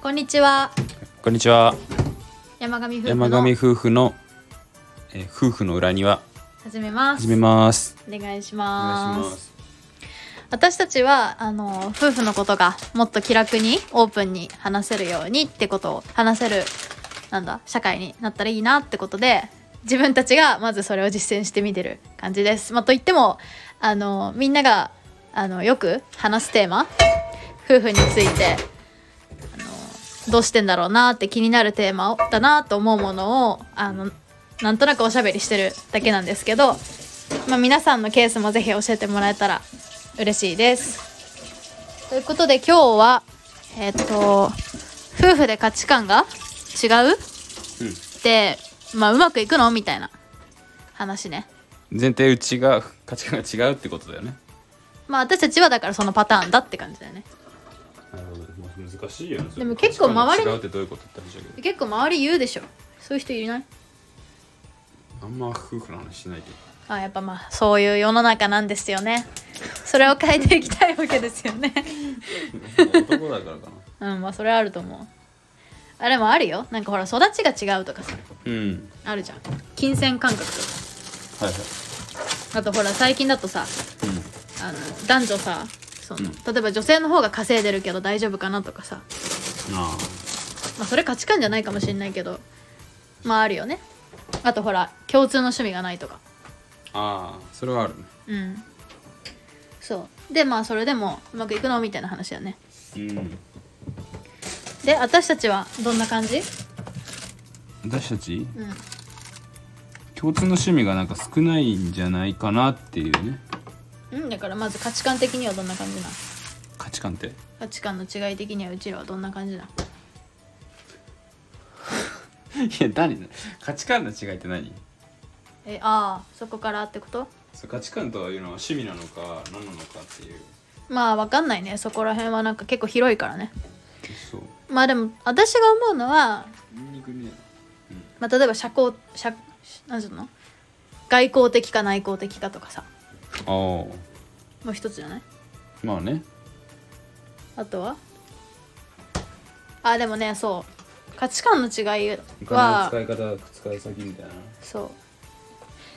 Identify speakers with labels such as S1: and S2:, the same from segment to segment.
S1: こんにちは
S2: こんにちは
S1: 山上夫婦の
S2: 山上夫婦の、えー夫婦の裏庭
S1: 始めます
S2: 始めます
S1: お願いし
S2: お願
S1: ま
S2: い
S1: す
S2: します
S1: 私たちはあの夫婦のことがもっと気楽にオープンに話せるようにってことを話せるなんだ社会になったらいいなってことで自分たちがまずそれを実践してみてる感じです。まあ、といってもあのみんながあのよく話すテーマ夫婦についてあのどうしてんだろうなって気になるテーマだなと思うものをあのなんとなくおしゃべりしてるだけなんですけど、まあ、皆さんのケースもぜひ教えてもらえたら嬉しいです。ということで今日はえっ、と夫婦で価値観が違うって、まあ、うまくいくのみたいな話ね。
S2: 前提うちが価値観が違うってことだよね
S1: まあ私たちはだからそのパターンだって感じだよね。
S2: なるほど、まあ、難しいよねそれ
S1: でも結構周り
S2: 価値観が違うってどういうことって話だけど
S1: 結構周り言うでしょ。そういう人いない
S2: あんま夫婦の話しないけど
S1: あやっぱまあそういう世の中なんですよね。それを変えていきたいわけですよね。
S2: 男だからかな
S1: うんまあそれはあると思う。あれもあるよ。なんかほら育ちが違うとかさ
S2: うん
S1: あるじゃん。金銭感覚とか。
S2: はいはい
S1: あとほら最近だとさあの男女さその例えば女性の方が稼いでるけど大丈夫かなとかさ、
S2: うんあ
S1: まあ、それ価値観じゃないかもしれないけどまああるよねあとほら共通の趣味がないとか
S2: あああそれはあるね
S1: うんそうでまあそれでもうまくいくのみたいな話だね
S2: うん
S1: で私たちはどんな感じ
S2: 私たち
S1: うん
S2: 共通の趣味がなんか少ないんじゃないかなっていうね
S1: うん、だからまず価値観的にはどんな感じなん
S2: 価値観って
S1: 価値観の違い的にはうちらはどんな感じなん
S2: いや何価値観の違いって何
S1: えああそこからってこと
S2: そう価値観というのは趣味なのか何なのかっていう
S1: まあわかんないねそこら辺はなんか結構広いからね
S2: そう
S1: まあでも私が思うのは、
S2: ニンニクね
S1: まあ、例えば社交社なんていうの外交的か内向的かとかさ
S2: あ
S1: もう一つじゃない
S2: あまあね
S1: あとはあでもねそう価値観の違い
S2: お金の
S1: は
S2: 使い方使い先みたいな
S1: そう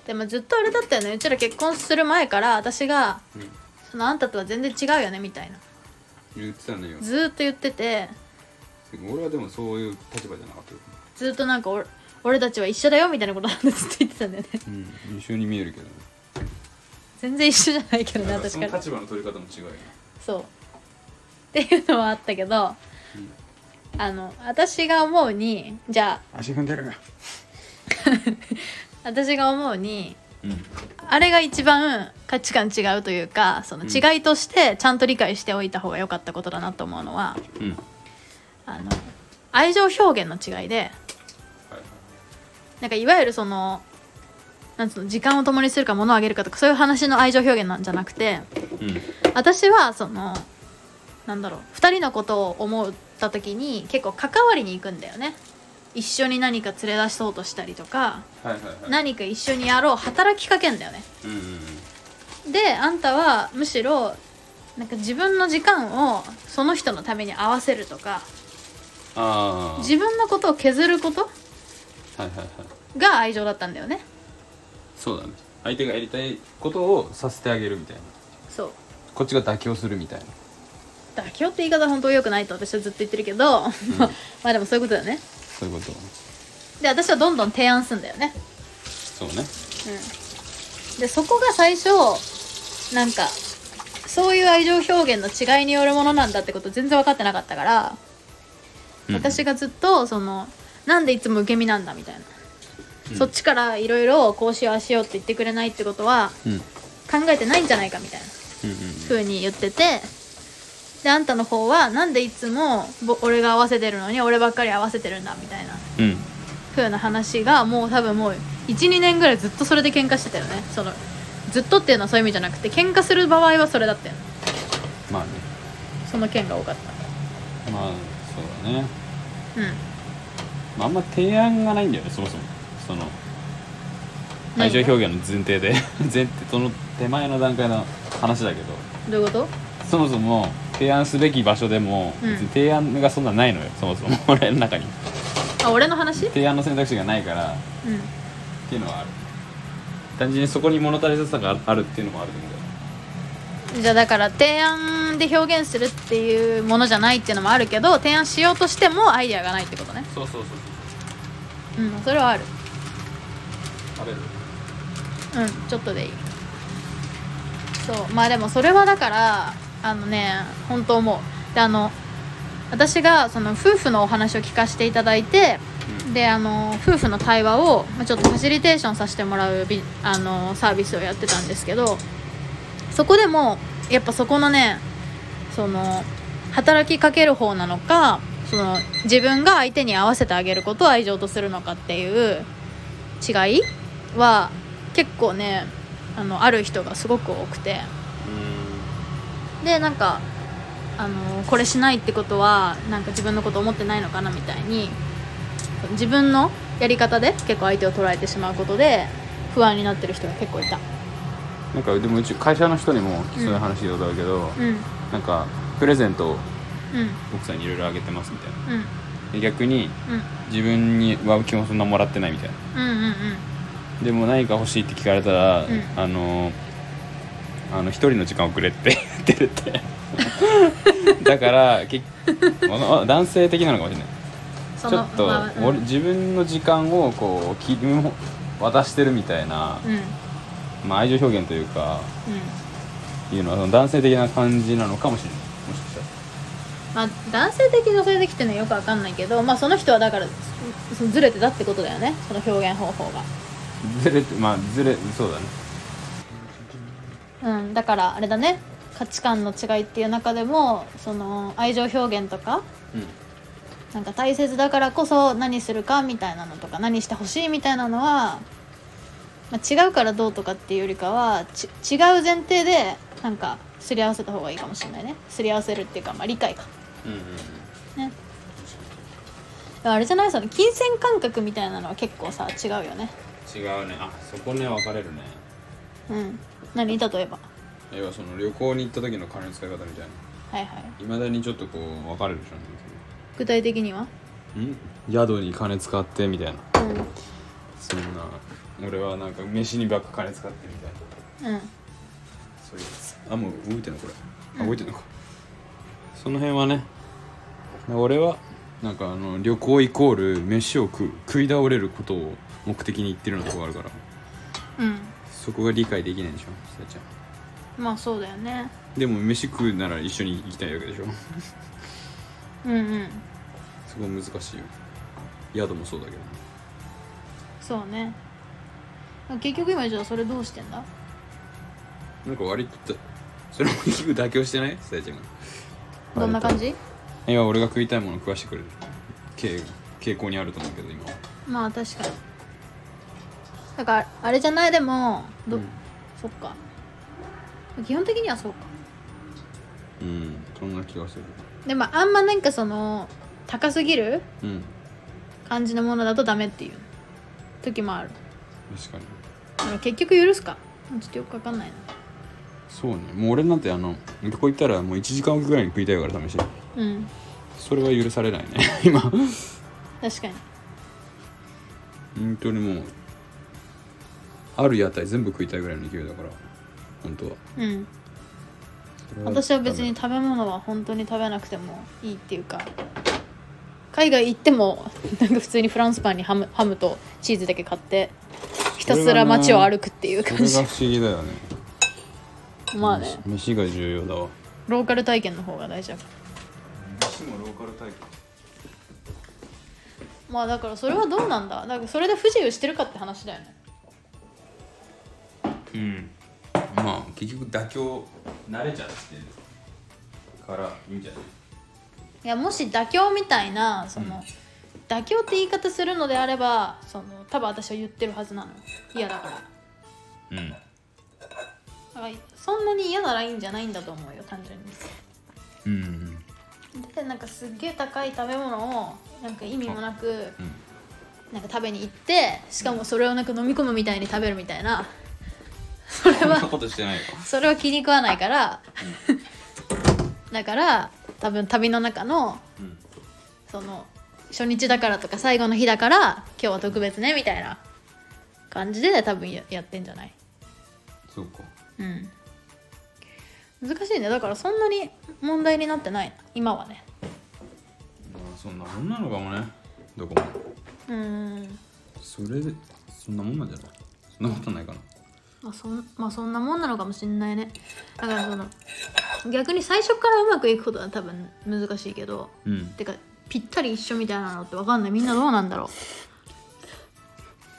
S1: でもずっとあれだったよねうちら結婚する前から私が、
S2: うん
S1: そのあんたとは全然違うよねみたいな
S2: 言ってたのよ
S1: ずーっと言ってて
S2: 俺はでもそういう立場じゃなかったよ、
S1: ずーっとなんか俺俺たちは一緒だよみたいなことなんてずっと言ってたんだよね
S2: 一緒に見えるけどね
S1: 全然一緒じゃないけどね確かに
S2: 場の取り方も違うよね
S1: そうっていうのはあったけど、あの私が思うにじゃ
S2: 足踏んでるな
S1: あ私が思うに
S2: うん
S1: あれが一番価値観違うというかその違いとしてちゃんと理解しておいた方が良かったことだなと思うのは
S2: うんはい
S1: あの愛情表現の違いで
S2: はい
S1: なんかいわゆるそのなんつうの時間を共にするか物をあげるかとかそういう話の愛情表現なんじゃなくて
S2: うん
S1: 私はそのなんだろう2人のことを思った時に結構関わりに行くんだよね一緒に何か連れ出そうとしたりとか
S2: はいはいはい
S1: 何か一緒にやろう働きかけんだよね
S2: うんうんうん
S1: であんたはむしろなんか自分の時間をその人のために合わせるとか
S2: あ
S1: 自分のことを削ること
S2: あはいはいはい
S1: が愛情だったんだよね
S2: そうだね相手がやりたいことをさせてあげるみたいな
S1: そう
S2: こっちが妥協するみたいな
S1: 妥協って言い方本当良くないと私はずっと言ってるけど、 まあでもそういうことだよね
S2: そういうこと
S1: で私はどんどん提案するんだよね
S2: そうね
S1: うん、でそこが最初なんかそういう愛情表現の違いによるものなんだってこと全然分かってなかったから、私がずっとそのなんでいつも受け身なんだみたいな、そっちからいろいろこうしようああしようって言ってくれないってことは
S2: うんうん
S1: 考えてないんじゃないかみたいな
S2: うんうん
S1: 風に言っててであんたの方はなんでいつもぼ俺が合わせてるのに俺ばっかり合わせてるんだみたいな
S2: うん
S1: 風な話がもう多分もう12年ぐらいずっとそれで喧嘩してたよねそのずっとっていうのはそういう意味じゃなくて喧嘩する場合はそれだったよね
S2: まあね
S1: その件が多かった
S2: まあそうだね、
S1: うん
S2: まあ、あんま提案がないんだよねそもそもその
S1: ない
S2: 愛
S1: よ
S2: 情表現の前提で前提その手前の段階の話だけど
S1: どういうこと
S2: そもそも提案すべき場所でも
S1: うん
S2: 別に提案がそんなないのよ、そもそも 俺の中に
S1: あ俺の話うん
S2: 提案の選択肢がないからっていうのはある単純にそこに物足りなさがあるっていうのもあると思うけど
S1: じゃあだから提案で表現するっていうものじゃないっていうのもあるけど提案しようとしてもアイデアがないってことね
S2: そうそうそう
S1: うんそれはある
S2: 食べる
S1: うんちょっとでいいそうまあでもそれはだからあのね本当思うであの私がその夫婦のお話を聞かせていただいてであの夫婦の対話をまあちょっとファシリテーションさせてもらうビあのサービスをやってたんですけどそこでもやっぱそこのねその働きかける方なのかその自分が相手に合わせてあげることを愛情とするのかっていう違いは結構ねあのある人がすごく多くてでなんかあのこれしないってことはなんか自分のこと思ってないのかなみたいに自分のやり方で結構相手を捉えてしまうことで不安になってる人が結構いた
S2: なんかでもうち会社の人にもそういう話でことあるけど、
S1: うんうん
S2: なんかプレゼントを奥さんにいろいろあげてますみたいな
S1: うん
S2: で逆に
S1: うん
S2: 自分には基本そんなもらってないみたいな
S1: うんうんうん
S2: でも何か欲しいって聞かれたら、
S1: うん
S2: あのあの一人の時間をくれって 言って るってだからけああ男性的なのかもしれないち
S1: そ
S2: ょ
S1: の
S2: っと、
S1: まあうん
S2: 俺自分の時間をこうき渡してるみたいな、
S1: うんうん
S2: まあ、愛情表現というかいうのはその男性的な感じなのかもしれないもしかしたら
S1: まあ男性的女性的っていうのはよくわかんないけどまあその人はだからそそずれてたってことだよねその表現方法が
S2: ずれてまあずれそうだね
S1: うん、だからあれだね価値観の違いっていう中でもその愛情表現とかなんか大切だからこそ何するかみたいなのとか何してほしいみたいなのは、まあ、違うからどうとかっていうよりかはち違う前提でなんかすり合わせた方がいいかもしれないねすり合わせるっていうか、まあ、理解か
S2: うんうん
S1: ねあれじゃないその金銭感覚みたいなのは結構さ違うよね
S2: 違うねあそこね分かれるね
S1: うん何例えば
S2: 要はその旅行に行った時の金の使い方みたい
S1: は
S2: な
S1: いはい
S2: いまだにちょっとこう分かれるじ
S1: 具体的には
S2: ゃんん宿に金使ってみたいな
S1: う
S2: そんな俺はなんか飯にばっか金使ってみたいなん
S1: うん
S2: そういうやつあもう動いてんのこれあ動いてんのか、その辺はね俺はなんかあの旅行イコール飯を食う食い倒れることを目的に言ってるようなとこがあるから
S1: うん
S2: そこが理解できないんでしょさやちゃん
S1: まあそうだよね
S2: でも飯食うなら一緒に行きたいわけでしょ
S1: うんうん
S2: そこ難しいよ宿もそうだけど
S1: そうね結局今じゃあそれどうしてんだ
S2: なんか割とそれも結局妥協してないさやちゃんが
S1: どんな感じ
S2: いや俺が食いたいもの食わしてくれる傾傾向にあると思うけど今は
S1: まあ確かにだからあれじゃないでもど、
S2: うん
S1: そっか基本的にはそうか
S2: うんそんな気がする
S1: でもあんまなんかその高すぎる
S2: うん
S1: 感じのものだとダメっていう時もある
S2: 確かに
S1: でも結局許すかちょっとよくわかんないな
S2: そうねもう俺なんてあの旅行行ったらもう1時間おきぐらいに食いたいから試し
S1: うん
S2: それは許されないね 今本
S1: 確かに
S2: 当にもうある屋台全部食いたいぐらいの勢いだから本当は
S1: うん
S2: それ
S1: 私は別に食べ物は本当に食べなくてもいいっていうか海外行っても なんか普通にフランスパンにハムハムとチーズだけ買ってひたすら街を歩くっていう感じ
S2: それが不思議だよね
S1: まあね
S2: 飯飯が重要だわ
S1: ローカル体験の方が大事だか
S2: 飯もローカル体験
S1: らまあだからそれはどうなんだだからそれで不自由してるかって話だよね
S2: うんまあ結局妥協慣れちゃってるからいいんじゃない
S1: いやもし妥協みたいなその、妥協って言い方するのであればその多分私は言ってるはずなのよ嫌だから
S2: うん
S1: だからそんなに嫌ならいいんじゃないんだと思うよ単純に。
S2: うんうん
S1: でなんかすっげえ高い食べ物をなんか意味もなく、なんか食べに行ってしかもそれをなんか飲み込むみたいに食べるみたいなそれ
S2: そんな
S1: は
S2: ことしてないよ
S1: それは気に食わないからだから多分旅の中の
S2: うん
S1: その初日だからとか最後の日だから今日は特別ねみたいな感じで多分ややってんじゃない
S2: そうか
S1: うん難しいねだからそんなに問題になってない今はね
S2: まあそんなもんなのかもねどこも
S1: うん
S2: それでそんなもんなんじゃないそんなことないかな
S1: まあそんまあそんなもんなのかもしんないねだからその逆に最初からうまくいくことは多分難しいけど
S2: うん
S1: てかぴったり一緒みたいなのってわかんないみんなどうなんだろ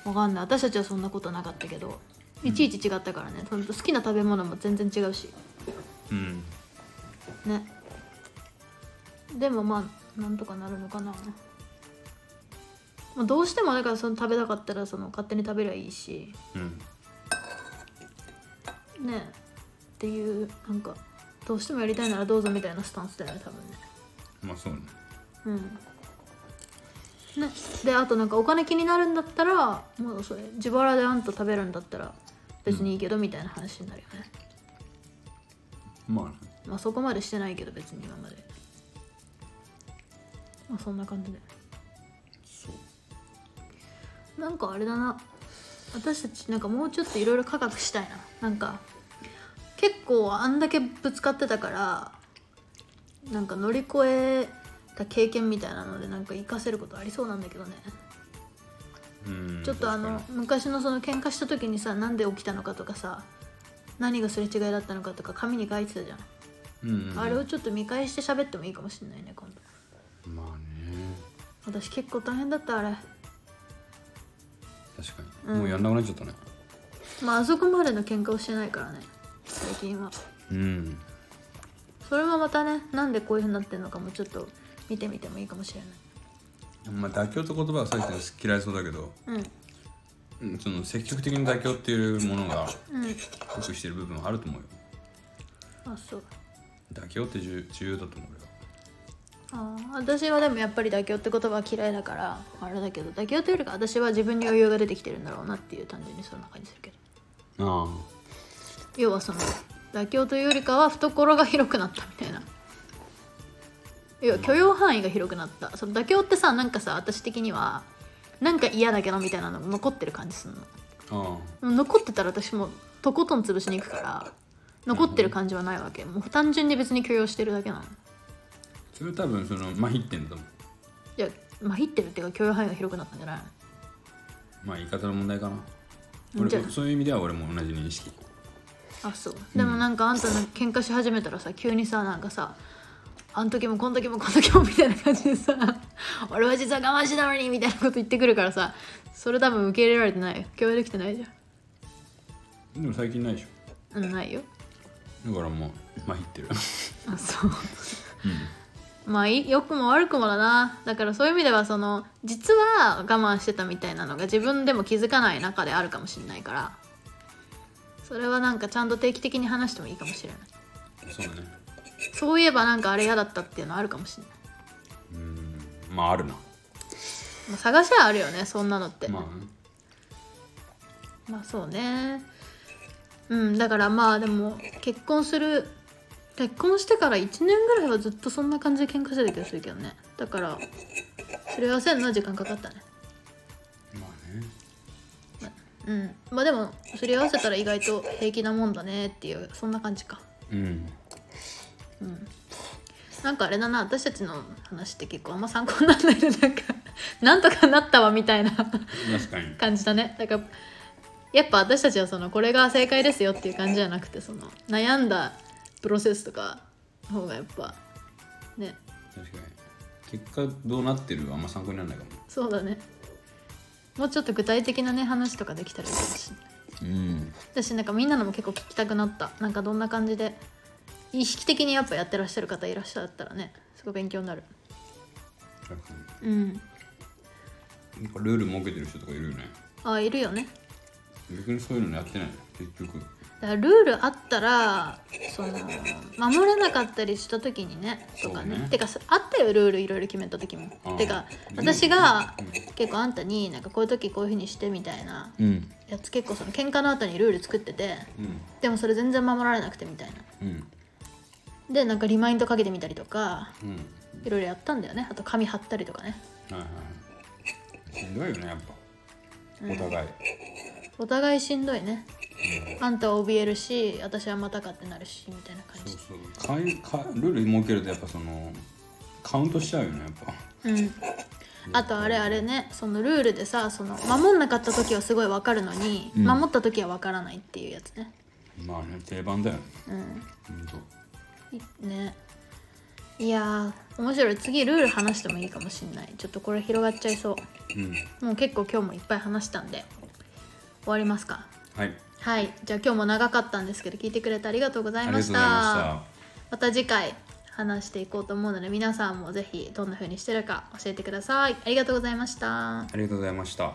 S1: うわかんない私たちはそんなことなかったけどいちいち違ったからね、ほんと好きな食べ物も全然違うし
S2: うん
S1: ねでもまあなんとかなるのかな、まあ、どうしてもだからその食べたかったらその勝手に食べりゃいいし
S2: うん
S1: ねっていうなんかどうしてもやりたいならどうぞみたいなスタンスだよね多分ね
S2: まあそうね
S1: うんねであとなんかお金気になるんだったらもうそれ自腹であんた食べるんだったら別にいいけどみたいな話になるよね、
S2: まあね
S1: まあそこまでしてないけど別に今までまあそんな感じで
S2: そう
S1: なんかあれだな私たちなんかもうちょっといろいろ科学したいななんか結構あんだけぶつかってたからなんか乗り越えた経験みたいなのでなんか活かせることありそうなんだけどね
S2: うん
S1: ちょっとあの
S2: 確か
S1: 昔のその喧嘩した時にさなんで起きたのかとかさ何がすれ違いだったのかとか紙に書いてたじゃん、
S2: にうんうん
S1: あれをちょっと見返して喋ってもいいかもしれないね今度
S2: まあね
S1: 私結構大変だったあれ
S2: 確かに、
S1: うん
S2: もうやんなくなっちゃったね
S1: まああそこまでの喧嘩をしてないからね最近は
S2: うん
S1: それもまたねなんでこういうふうになってるのかもちょっと見てみてもいいかもしれ
S2: まあ妥協って言葉は最初に嫌いそうだけど、
S1: ない
S2: うん、その積極的に妥協っていうものが
S1: うんうん
S2: 得してる部分はあると思うよ
S1: あそう
S2: 妥協って重重要だと思うよ
S1: あー私はでもやっぱり妥協って言葉は嫌いだからあれだけど妥協というよりか私は自分に余裕が出てきてるんだろうなっていう単純にそんな感じするけど
S2: あ
S1: 要はその妥協というよりかは懐が広くなったみたいな要は許容範囲が広くなったその妥協ってさなんかさ私的にはなんか嫌だけどみたいなのが残ってる感じするの
S2: ああ
S1: 残ってたら私もとことん潰しに行くから残ってる感じはないわけもう単純に別に許容してるだけなのい
S2: それ多分そのまひってんだと思う
S1: やまあひってるっていうか許容範囲が広くなったんじゃない
S2: まあ言い方の問題かな
S1: うん
S2: 俺
S1: じゃあ
S2: そういう意味では俺も同じ認識
S1: あそうでもなんかあんたの喧嘩し始めたらさ急にさなんかさあん時もこん時もこん時もみたいな感じでさ 俺は実は我慢してたのにみたいなこと言ってくるからさそれ多分受け入れられてないよ共有できてないじ
S2: でも最近ないでし
S1: ゃんうんないよ
S2: ょだからもうまひって る
S1: あそう、まあい良くも悪くもだなだからそういう意味ではその実は我慢してたみたいなのが自分でも気づかない中であるかもしれないからそれはなんかちゃんと定期的に話してもいいかもしれない
S2: そうだね
S1: そういえばなんかあれ嫌だったっていうのあるかもしれない、
S2: うんまああるな
S1: まあ、探しはあるよねそんなのって、
S2: まあね
S1: まあそうねうんだからまあでも結婚する結婚してから1年ぐらいはずっとそんな感じで喧嘩してた気がするけどねだからそれ合わせるのは時間かかったね
S2: まあね
S1: うんまあでもすり合わせたら意外と平気なもんだねっていうそんな感じか
S2: うん
S1: なんかあれだな私たちの話って結構あんま参考にならないでなんかなんとかなったわみたいな
S2: 確かに
S1: 感じだねだからやっぱ私たちはそのこれが正解ですよっていう感じじゃなくてその悩んだプロセスとかの方がやっぱね
S2: 確かに結果どうなってるはあんま参考にならないかも
S1: そうだねもうちょっと具体的なね話とかできたらいいかもしれない
S2: うん
S1: 私なんかみんなのも結構聞きたくなったなんかどんな感じで意識的にやっぱやってらっしゃる方いらっしゃったらねすごい勉強になる
S2: 確か
S1: うん
S2: になんかルール設けてる人とかいるよね
S1: あいるよね
S2: 逆にそういうのやってない結局
S1: だからルールあったらその守れなかったりした時にねとかね
S2: そうね
S1: てかそあったよルールいろいろ決めた時も
S2: あー
S1: てか
S2: うん
S1: 私が結構あんたになんかこういう時こういうふうにしてみたいな
S2: うん
S1: やつ結構その喧嘩の後にルール作ってて
S2: うん
S1: でもそれ全然守られなくてみたいな
S2: うん
S1: でなんかリマインドかけてみたりとか
S2: うん
S1: いろいろやったんだよねあと紙貼ったりとかね
S2: はいはいしんどいよねやっぱお互い、
S1: お互いしんどいねあんたは怯えるし私はまたかってなるしみたいな感じ
S2: そうそうかいかルール設けるとやっぱそのカウントしちゃうよねやっぱ
S1: うんあとあれあれねそのルールでさその守んなかった時はすごい分かるのに、
S2: うん
S1: 守った時は分からないっていうやつね
S2: まあね定番だよね
S1: うん
S2: ほんと
S1: いねいやー面白い次ルール話してもいいかもしんないちょっとこれ広がっちゃいそ
S2: うん
S1: うもう結構今日もいっぱい話したんで終わりますか
S2: はい
S1: はいじゃあ今日も長かったんですけど聞いてくれてありがとうござ
S2: あ
S1: い
S2: りが
S1: ま
S2: とうご
S1: し
S2: ざい
S1: た
S2: ました
S1: また次回話していこうと思うので皆さんもぜひどんな風にしてるか教えてくださいありがとうございました
S2: ありがとうございました